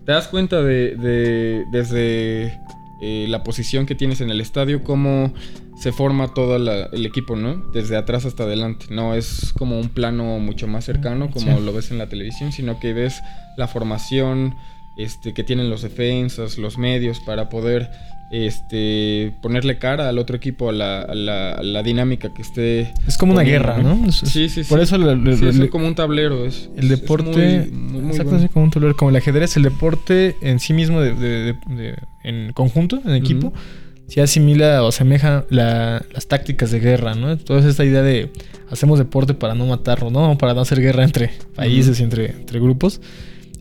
Speaker 4: te das cuenta de, de- desde eh, la posición que tienes en el estadio, cómo se forma todo la- el equipo, ¿no? Desde atrás hasta adelante. No es como un plano mucho más cercano, como
Speaker 3: Sí.
Speaker 4: lo ves en la televisión, sino que ves la formación, este, que tienen los defensas, los medios para poder este, ponerle cara al otro equipo, a la, a la- a la dinámica que esté.
Speaker 3: Es como una
Speaker 4: poniendo,
Speaker 3: guerra, ¿no? Es- es-
Speaker 4: Sí, sí, sí.
Speaker 3: Por eso le- le-
Speaker 4: Sí, es
Speaker 3: le-
Speaker 4: como un tablero. es- es-
Speaker 3: el
Speaker 4: es
Speaker 3: deporte.
Speaker 4: muy- muy- muy
Speaker 3: exactamente
Speaker 4: bueno.
Speaker 3: como un tablero, como el ajedrez, el deporte en sí mismo, de, de- de- de- en conjunto, en equipo,
Speaker 4: Ujú.
Speaker 3: se asimila o asemeja la- las tácticas de guerra, ¿no? Toda esta idea de hacemos deporte para no matarnos, ¿no? Para no hacer guerra entre países y entre, entre grupos.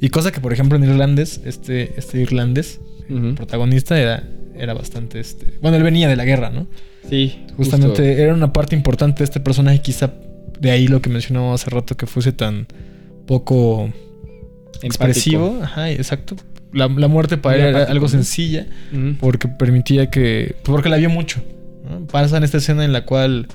Speaker 3: Y cosa que, por ejemplo, en irlandés, este, este irlandés, el
Speaker 4: Ujú.
Speaker 3: protagonista, era, era bastante. Este, bueno, él venía de la guerra, ¿no?
Speaker 4: Sí,
Speaker 3: Justamente
Speaker 4: justo.
Speaker 3: era una parte importante de este personaje, quizá de ahí lo que mencionamos hace rato que fuese tan poco expresivo. Ajá, exacto. La, la muerte para
Speaker 4: Muy
Speaker 3: él era
Speaker 4: apático,
Speaker 3: algo
Speaker 4: ¿no?
Speaker 3: sencilla
Speaker 4: Ujú.
Speaker 3: porque permitía que. Porque la vio mucho. ¿no? Pasa en esta escena en la cual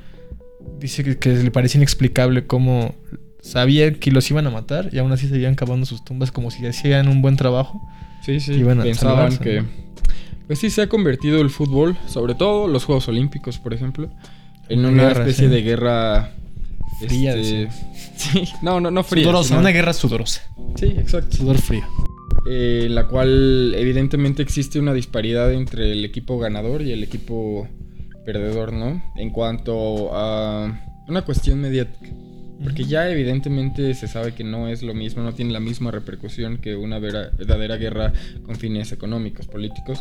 Speaker 3: dice que, que le parecía inexplicable cómo sabía que los iban a matar y aún así seguían cavando sus tumbas como si hacían un buen trabajo.
Speaker 4: Sí, sí.
Speaker 3: que iban a
Speaker 4: pensaban
Speaker 3: salvarse,
Speaker 4: que.
Speaker 3: ¿no?
Speaker 4: Pues sí, se ha convertido el fútbol, sobre todo los Juegos Olímpicos, por ejemplo, en
Speaker 3: Una
Speaker 4: una,
Speaker 3: guerra,
Speaker 4: especie
Speaker 3: sí.
Speaker 4: de guerra.
Speaker 3: Fría,
Speaker 4: este,
Speaker 3: decimos.
Speaker 4: Sí, no, no, no fría.
Speaker 3: Sudorosa,
Speaker 4: sino-
Speaker 3: una guerra sudorosa.
Speaker 4: Sí, exacto.
Speaker 3: Sudor frío.
Speaker 4: Eh, en la cual, evidentemente, existe una disparidad entre el equipo ganador y el equipo perdedor, ¿no? En cuanto a una cuestión mediática. Porque ya evidentemente se sabe que no es lo mismo, no tiene la misma repercusión que una vera- verdadera guerra con fines económicos, políticos.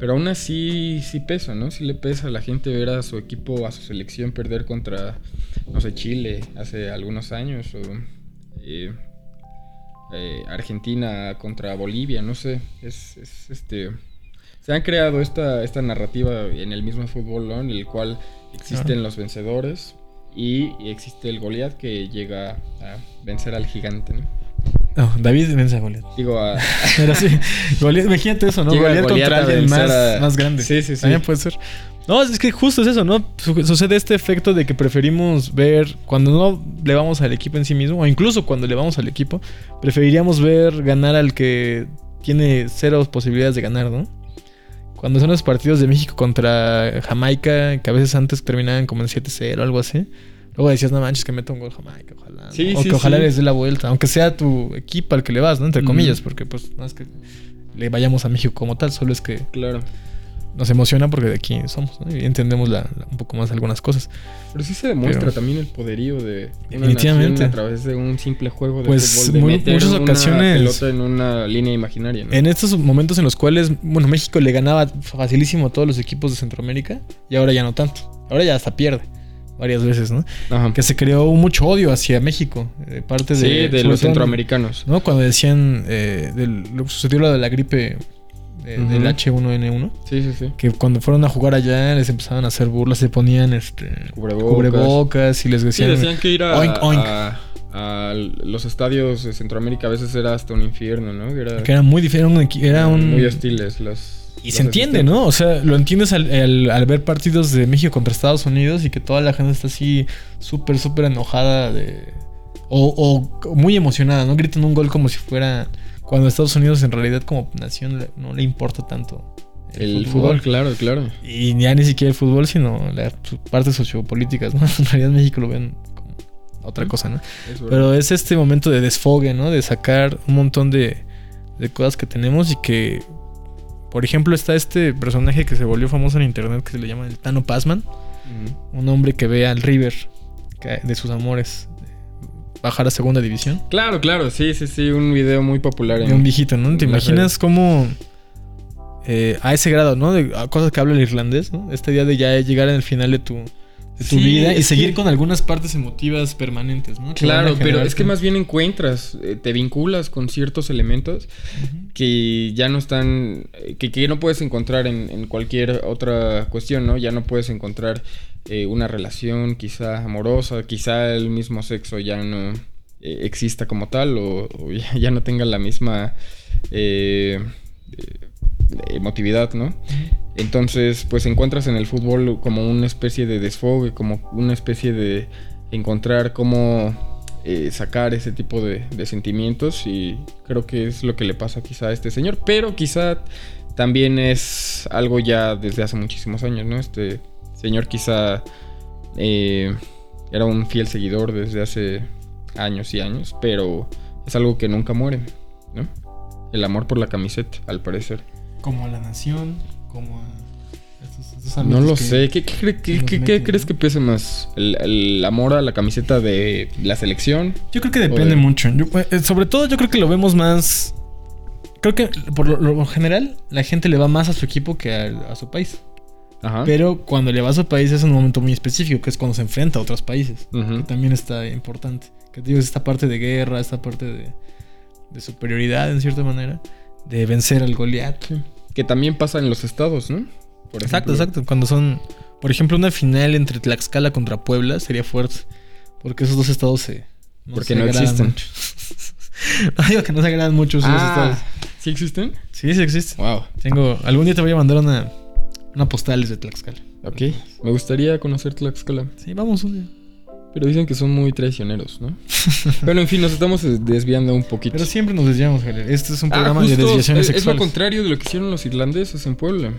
Speaker 4: Pero aún así sí pesa, ¿no? Sí le pesa a la gente ver a su equipo, a su selección perder contra, no sé, Chile hace algunos años o eh, eh, Argentina contra Bolivia, no sé. Es, es, este... Se han creado esta, esta narrativa en el mismo fútbol, ¿no? En el cual existen
Speaker 3: Claro.
Speaker 4: los vencedores y existe el Goliat que llega a vencer al gigante, ¿no?
Speaker 3: No, David vence a Goliat.
Speaker 4: Digo, a,
Speaker 3: Pero sí, Goliat- imagínate eso, ¿no?
Speaker 4: Llega
Speaker 3: Goliat
Speaker 4: Goliat
Speaker 3: contra
Speaker 4: a
Speaker 3: alguien
Speaker 4: vencer
Speaker 3: más,
Speaker 4: a-
Speaker 3: más grande.
Speaker 4: Sí, sí, sí.
Speaker 3: También puede ser. No, es que justo es eso, ¿no? Su- Sucede este efecto de que preferimos ver, cuando no le vamos al equipo en sí mismo, o incluso cuando le vamos al equipo, preferiríamos ver ganar al que tiene cero posibilidades de ganar, ¿no? Cuando son los partidos de México contra Jamaica, que a veces antes terminaban como en 7-0 o algo así, luego decías, no manches, que meta un gol Jamaica, ojalá. ¿no?
Speaker 4: Sí,
Speaker 3: o
Speaker 4: sí,
Speaker 3: que ojalá
Speaker 4: sí.
Speaker 3: les dé la vuelta, aunque sea tu equipo al que le vas, ¿no? Entre
Speaker 4: Ujú.
Speaker 3: comillas, porque pues no es que le vayamos a México como tal, solo es que
Speaker 4: claro.
Speaker 3: nos emociona porque de aquí somos, ¿no? Y entendemos la- la- un poco más algunas cosas.
Speaker 4: Pero sí se demuestra
Speaker 3: Pero-
Speaker 4: también el poderío de una
Speaker 3: Definitivamente.
Speaker 4: nación a través de un simple juego de
Speaker 3: Pues,
Speaker 4: fútbol de
Speaker 3: muy-
Speaker 4: meter
Speaker 3: muchas
Speaker 4: una
Speaker 3: ocasiones-
Speaker 4: pelota en una línea imaginaria. ¿no?
Speaker 3: En estos momentos en los cuales, bueno, México le ganaba facilísimo a todos los equipos de Centroamérica y ahora ya no tanto. Ahora ya hasta pierde varias veces, ¿no?
Speaker 4: Ajá.
Speaker 3: Que se creó mucho odio hacia México, de parte de,
Speaker 4: sí, de,
Speaker 3: sobre
Speaker 4: los
Speaker 3: todo en-
Speaker 4: centroamericanos.
Speaker 3: ¿No? Cuando decían eh, del- lo que sucedió lo de la gripe eh,
Speaker 4: Ujú.
Speaker 3: del H1N1,
Speaker 4: Sí, sí, sí.
Speaker 3: que cuando fueron a jugar allá les empezaban a hacer burlas, se ponían este
Speaker 4: Cubrebocas.
Speaker 3: cubrebocas y les
Speaker 4: Sí,
Speaker 3: decían,
Speaker 4: decían que ir a,
Speaker 3: Oink, oink.
Speaker 4: a- a los estadios de Centroamérica a veces era hasta un infierno, ¿no? Era,
Speaker 3: que era muy diferente, era un equi- era un
Speaker 4: muy hostiles los...
Speaker 3: Y se entiende, ¿no? O sea, lo entiendes al, al- al ver partidos de México contra Estados Unidos y que toda la gente está así súper, súper enojada de... O, o muy emocionada, ¿no? Gritan un gol como si fuera... Cuando Estados Unidos en realidad como nación le- no le importa tanto
Speaker 4: El, fútbol, claro, claro.
Speaker 3: Y ya ni siquiera el fútbol, sino las partes sociopolíticas, ¿no? En realidad México lo ven como otra cosa, ¿no?
Speaker 4: Es verdad.
Speaker 3: Pero es este momento de desfogue, ¿no? De sacar un montón de, de cosas que tenemos y que, por ejemplo, está este personaje que se volvió famoso en internet que se le llama el Tano Pazman,
Speaker 4: Ujú.
Speaker 3: un hombre que ve al River ca- de sus amores bajar a segunda división.
Speaker 4: Claro, claro, sí, sí, sí, un video muy popular en...
Speaker 3: De un viejito, ¿no? ¿Te
Speaker 4: en las
Speaker 3: imaginas
Speaker 4: redes.
Speaker 3: cómo... eh, a ese grado, ¿no? De a cosas que habla el irlandés, ¿no? Esta idea de ya llegar al final de tu, de tu
Speaker 4: Sí,
Speaker 3: vida y
Speaker 4: es
Speaker 3: seguir
Speaker 4: que-
Speaker 3: con algunas partes emotivas permanentes, ¿no? Que van a
Speaker 4: Claro, pero
Speaker 3: generarte-
Speaker 4: es que más bien encuentras, eh, te vinculas con ciertos elementos que ya no están, eh, que, que no puedes encontrar en, en cualquier otra cuestión, ¿no? Ya no puedes encontrar eh, una relación quizá amorosa, quizá el mismo sexo ya no eh, exista como tal o, o ya, ya no tenga la misma eh, eh, emotividad, ¿no? Entonces, pues encuentras en el fútbol como una especie de desfogue, como una especie de encontrar cómo eh, sacar ese tipo de, de sentimientos y creo que es lo que le pasa quizá a este señor, pero quizá también es algo ya desde hace muchísimos años, ¿no? Este señor quizá eh, era un fiel seguidor desde hace años y años, pero es algo que nunca muere, ¿no? El amor por la camiseta, al parecer.
Speaker 3: Como a la nación, como a estos- estos
Speaker 4: No
Speaker 3: ámbitos
Speaker 4: lo
Speaker 3: Ah, que-
Speaker 4: sé. ¿Qué, qué cre- qué-
Speaker 3: nos
Speaker 4: qué- qué
Speaker 3: meten,
Speaker 4: crees
Speaker 3: ¿no?
Speaker 4: que pese más? ¿El, el amor a la camiseta de la selección?
Speaker 3: Yo creo que depende
Speaker 4: Joder.
Speaker 3: mucho. Yo, eh, sobre todo yo creo que lo vemos más... Creo que por lo, lo general la gente le va más a su equipo que al- a, su país.
Speaker 4: Ajá.
Speaker 3: Pero cuando le va a su país es un momento muy específico, que es cuando se enfrenta a otros países.
Speaker 4: Ujú.
Speaker 3: Que también está importante. Que te digo, es esta parte de guerra, esta parte de, de superioridad en cierta manera. De vencer al Goliat.
Speaker 4: Que también pasa en los estados, ¿no? Por
Speaker 3: Exacto,
Speaker 4: ejemplo.
Speaker 3: exacto. Cuando son, por ejemplo, una final entre Tlaxcala contra Puebla sería fuerte. Porque esos dos estados se.
Speaker 4: Porque
Speaker 3: se
Speaker 4: no
Speaker 3: agradan
Speaker 4: existen.
Speaker 3: mucho. No, Digo que no se agradan mucho esos dos
Speaker 4: Ah,
Speaker 3: estados.
Speaker 4: ¿Sí existen?
Speaker 3: Sí, sí existen.
Speaker 4: Wow.
Speaker 3: Tengo. Algún día te voy a mandar una, una postal desde Tlaxcala.
Speaker 4: Ok. Me gustaría conocer Tlaxcala.
Speaker 3: Sí, vamos un día.
Speaker 4: Pero dicen que son muy traicioneros, ¿no? bueno, en fin, nos estamos eh, desviando un poquito.
Speaker 3: Pero siempre nos desviamos, Javier. Este es un
Speaker 4: Ah,
Speaker 3: programa de
Speaker 4: justo,
Speaker 3: desviaciones
Speaker 4: es, es lo
Speaker 3: sexuales.
Speaker 4: contrario de lo que hicieron los irlandeses en Puebla.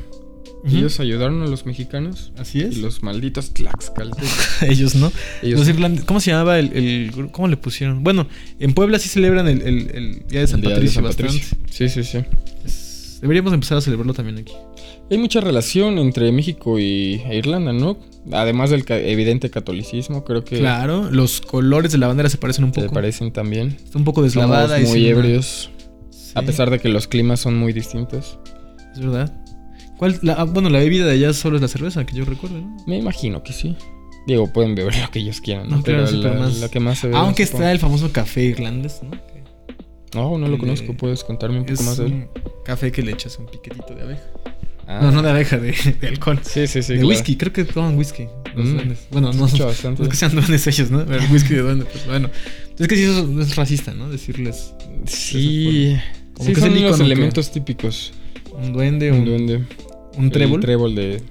Speaker 3: Ujú.
Speaker 4: Ellos ayudaron a los mexicanos
Speaker 3: Así es.
Speaker 4: y los malditos tlaxcaltecas.
Speaker 3: Ellos no.
Speaker 4: Ellos
Speaker 3: Los irlandes- ¿Cómo se llamaba el, el gru- ¿Cómo le pusieron? Bueno, en Puebla sí celebran el, el- el Día de San
Speaker 4: El día de
Speaker 3: Patricio
Speaker 4: San
Speaker 3: bastante.
Speaker 4: Patricio. Sí, sí, sí.
Speaker 3: Es- Deberíamos empezar a celebrarlo también aquí.
Speaker 4: Hay mucha relación entre México y e Irlanda, ¿no? Además del ca- evidente catolicismo, creo que
Speaker 3: Claro, los colores de la bandera se parecen un
Speaker 4: se
Speaker 3: poco.
Speaker 4: parecen también.
Speaker 3: Está un poco
Speaker 4: Somos
Speaker 3: deslavada. y
Speaker 4: muy
Speaker 3: sin-
Speaker 4: ebrios,
Speaker 3: Sí,
Speaker 4: a pesar de que los climas son muy distintos.
Speaker 3: Es verdad. ¿Cuál, la- ah, bueno, la bebida de allá solo es la cerveza, que yo recuerdo, ¿no?
Speaker 4: Me imagino que sí. Digo, pueden beber lo que ellos quieran, ¿no?
Speaker 3: No, claro,
Speaker 4: Pero
Speaker 3: sí,
Speaker 4: la,
Speaker 3: pero más-
Speaker 4: la que más se bebe,
Speaker 3: Aunque
Speaker 4: supongo.
Speaker 3: está el famoso café irlandés, ¿no? Que
Speaker 4: No, no lo
Speaker 3: el
Speaker 4: conozco.
Speaker 3: de-
Speaker 4: ¿Puedes contarme un
Speaker 3: es
Speaker 4: poco más de él?
Speaker 3: un café que le echas un piquetito de abeja.
Speaker 4: Ah.
Speaker 3: No, no de abeja, de, de alcohol.
Speaker 4: Sí, sí, sí.
Speaker 3: de
Speaker 4: claro.
Speaker 3: whisky, creo que toman whisky. los
Speaker 4: Mm.
Speaker 3: duendes. Bueno, no,
Speaker 4: Escucho
Speaker 3: no es
Speaker 4: bastante.
Speaker 3: que sean duendes ellos, ¿no? Pero el whisky de duende, pues bueno. Es que sí, eso es racista, ¿no? Decirles
Speaker 4: Sí.
Speaker 3: Como
Speaker 4: sí,
Speaker 3: que es
Speaker 4: son
Speaker 3: el
Speaker 4: los
Speaker 3: icono que-
Speaker 4: elementos típicos.
Speaker 3: un duende, un,
Speaker 4: Un duende.
Speaker 3: un
Speaker 4: El
Speaker 3: trébol
Speaker 4: trébol de.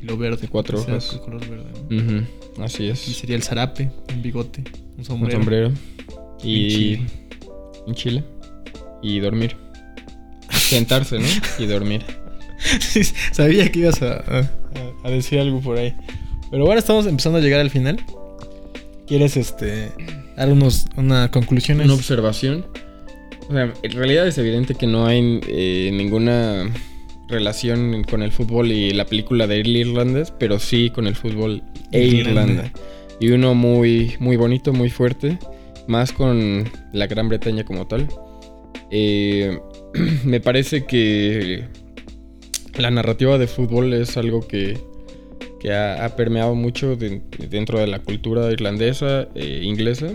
Speaker 3: y lo verde.
Speaker 4: de cuatro
Speaker 3: o sea,
Speaker 4: hojas.
Speaker 3: el color verde, ¿no?
Speaker 4: Ujú, Así
Speaker 3: Y
Speaker 4: es.
Speaker 3: sería el zarape, un bigote, un
Speaker 4: Un
Speaker 3: sombrero.
Speaker 4: sombrero.
Speaker 3: un
Speaker 4: Y.
Speaker 3: chile.
Speaker 4: Un chile. Y dormir. Sentarse, ¿no? Y dormir.
Speaker 3: Sabía que ibas a, a- a decir algo por ahí. Pero bueno, estamos empezando a llegar al final. ¿Quieres este dar unos una conclusión?
Speaker 4: Una observación. O sea, en realidad es evidente que no hay eh, ninguna relación con el fútbol y la película de El Irlandés, pero sí con el fútbol e
Speaker 3: Irlanda.
Speaker 4: Irlanda. Y uno muy, muy bonito, muy fuerte, más con la Gran Bretaña como tal. Eh, me parece que la narrativa de fútbol es algo que, que ha, ha permeado mucho de- dentro de la cultura irlandesa e inglesa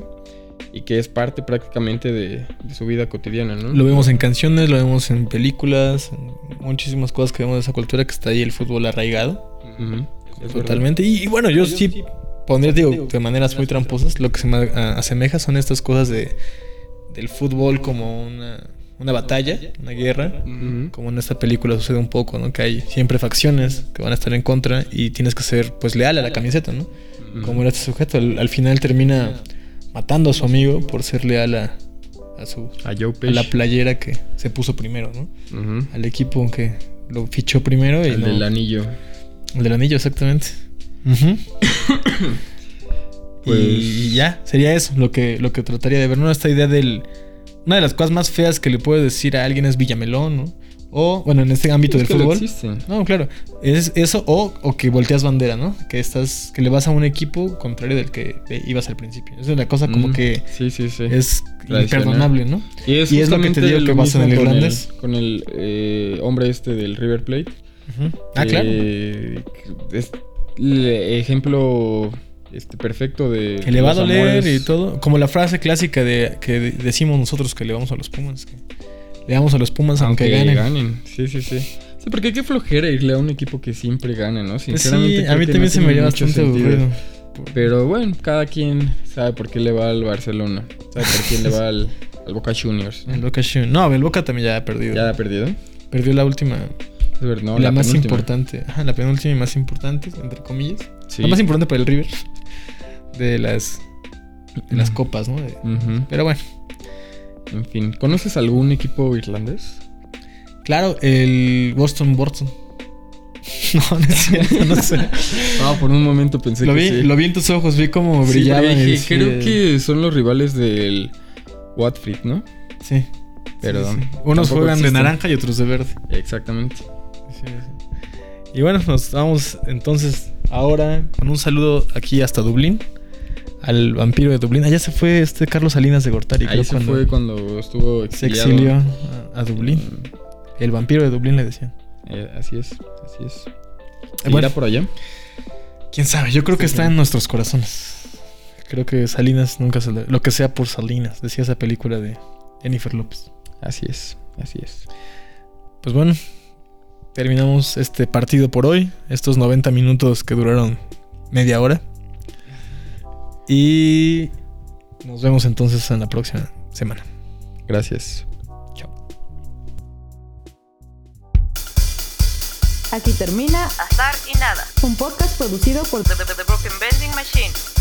Speaker 4: y que es parte prácticamente de, de su vida cotidiana, ¿no?
Speaker 3: Lo vemos en canciones, lo vemos en películas, en muchísimas cosas que vemos de esa cultura que está ahí el fútbol arraigado.
Speaker 4: Ujú. Es verdad.
Speaker 3: Totalmente. Y, y bueno, yo sí pondría, digo, de maneras muy tramposas, lo que se me a- asemeja son estas cosas de del fútbol como una, una batalla, una guerra.
Speaker 4: Ujú.
Speaker 3: Como en esta película sucede un poco, ¿no? Que hay siempre facciones que van a estar en contra y tienes que ser, pues, leal a la camiseta, ¿no?
Speaker 4: Ujú.
Speaker 3: Como era este sujeto, al, al final termina matando a su amigo por ser leal a, a su...
Speaker 4: A Joe
Speaker 3: a
Speaker 4: Pesci.
Speaker 3: la playera que se puso primero, ¿no?
Speaker 4: Ujú.
Speaker 3: Al equipo que lo fichó primero y
Speaker 4: El
Speaker 3: no-
Speaker 4: del anillo.
Speaker 3: el del anillo, exactamente.
Speaker 4: Pues-
Speaker 3: Y ya, sería eso lo que, lo que trataría de ver, ¿no? Esta idea del... Una de las cosas más feas que le puede decir a alguien es Villamelón, ¿no? O, bueno, en este ámbito
Speaker 4: Es que
Speaker 3: del
Speaker 4: no
Speaker 3: fútbol.
Speaker 4: existe.
Speaker 3: No, claro. Es eso o, o que volteas bandera, ¿no? Que estás, que le vas a un equipo contrario del que eh, ibas al principio. Esa es la cosa como
Speaker 4: Mm,
Speaker 3: que
Speaker 4: Sí, sí, sí.
Speaker 3: es
Speaker 4: Tradicional.
Speaker 3: imperdonable, ¿no?
Speaker 4: Y es,
Speaker 3: Y es lo que te
Speaker 4: justamente
Speaker 3: digo que pasa en el
Speaker 4: mismo con
Speaker 3: irlandés.
Speaker 4: Con el eh, hombre este del River Plate.
Speaker 3: Ah, claro.
Speaker 4: eh, que es el ejemplo este, perfecto de.
Speaker 3: Que le va a
Speaker 4: los
Speaker 3: doler y
Speaker 4: amores.
Speaker 3: todo. Como la frase clásica de que de- decimos nosotros que le vamos a los Pumas. Que le damos a los Pumas aunque,
Speaker 4: Aunque
Speaker 3: ganen.
Speaker 4: ganen. Sí, sí, sí. Sí, porque qué flojera irle a un equipo que siempre gana, ¿no?
Speaker 3: Pues sí, a
Speaker 4: creo
Speaker 3: mí
Speaker 4: que
Speaker 3: también
Speaker 4: no
Speaker 3: se me
Speaker 4: tiene
Speaker 3: haría
Speaker 4: mucho
Speaker 3: bastante
Speaker 4: sentido.
Speaker 3: aburrido.
Speaker 4: Pero bueno, cada quien sabe por qué le va al Barcelona. Sabe por quién le va al, al Boca Juniors.
Speaker 3: El Boca Juniors- No, el Boca también ya ha perdido.
Speaker 4: ¿Ya la ha perdido?
Speaker 3: Perdió la última.
Speaker 4: Es verdad, no,
Speaker 3: la, más
Speaker 4: penúltima.
Speaker 3: importante. Ajá, la penúltima y más importante, entre comillas.
Speaker 4: Sí.
Speaker 3: La más importante para el River. De las. De
Speaker 4: Mm.
Speaker 3: las copas, ¿no? De-
Speaker 4: Ujú.
Speaker 3: pero bueno.
Speaker 4: En fin, ¿conoces algún equipo irlandés?
Speaker 3: Claro, el Boston Boston. No, no es cierto, no sé.
Speaker 4: Ah, por un momento pensé
Speaker 3: Lo
Speaker 4: que
Speaker 3: vi,
Speaker 4: sí.
Speaker 3: lo vi en tus ojos, vi cómo
Speaker 4: Sí,
Speaker 3: brillaban.
Speaker 4: porque
Speaker 3: y
Speaker 4: dije,
Speaker 3: decía-
Speaker 4: creo que son los rivales del Watford, ¿no?
Speaker 3: Sí.
Speaker 4: Pero
Speaker 3: Sí, sí. Unos
Speaker 4: tampoco
Speaker 3: juegan de
Speaker 4: existen.
Speaker 3: naranja y otros de verde.
Speaker 4: Exactamente.
Speaker 3: Sí, sí. Y bueno, nos vamos entonces ahora con un saludo aquí hasta Dublín. Al vampiro de Dublín. Allá se fue este Carlos Salinas de Gortari.
Speaker 4: Ahí
Speaker 3: creo,
Speaker 4: se
Speaker 3: cuando
Speaker 4: fue cuando estuvo
Speaker 3: se
Speaker 4: exiliado.
Speaker 3: exilió a, a Dublín. El vampiro de Dublín le decían.
Speaker 4: Eh, así es, así es.
Speaker 3: Eh, bueno.
Speaker 4: ¿Irá por allá?
Speaker 3: Quién sabe, yo creo que
Speaker 4: Sí,
Speaker 3: está
Speaker 4: sí.
Speaker 3: en nuestros corazones. Creo que Salinas nunca se le- Lo que sea por Salinas, decía esa película de Jennifer López.
Speaker 4: Así es, así es.
Speaker 3: Pues bueno, terminamos este partido por hoy. Estos 90 minutos que duraron media hora. Y nos vemos entonces en la próxima semana.
Speaker 4: Gracias.
Speaker 2: Aquí termina
Speaker 1: Azar y nada.
Speaker 2: un podcast producido por
Speaker 1: The, the- the Broken Bending Machine.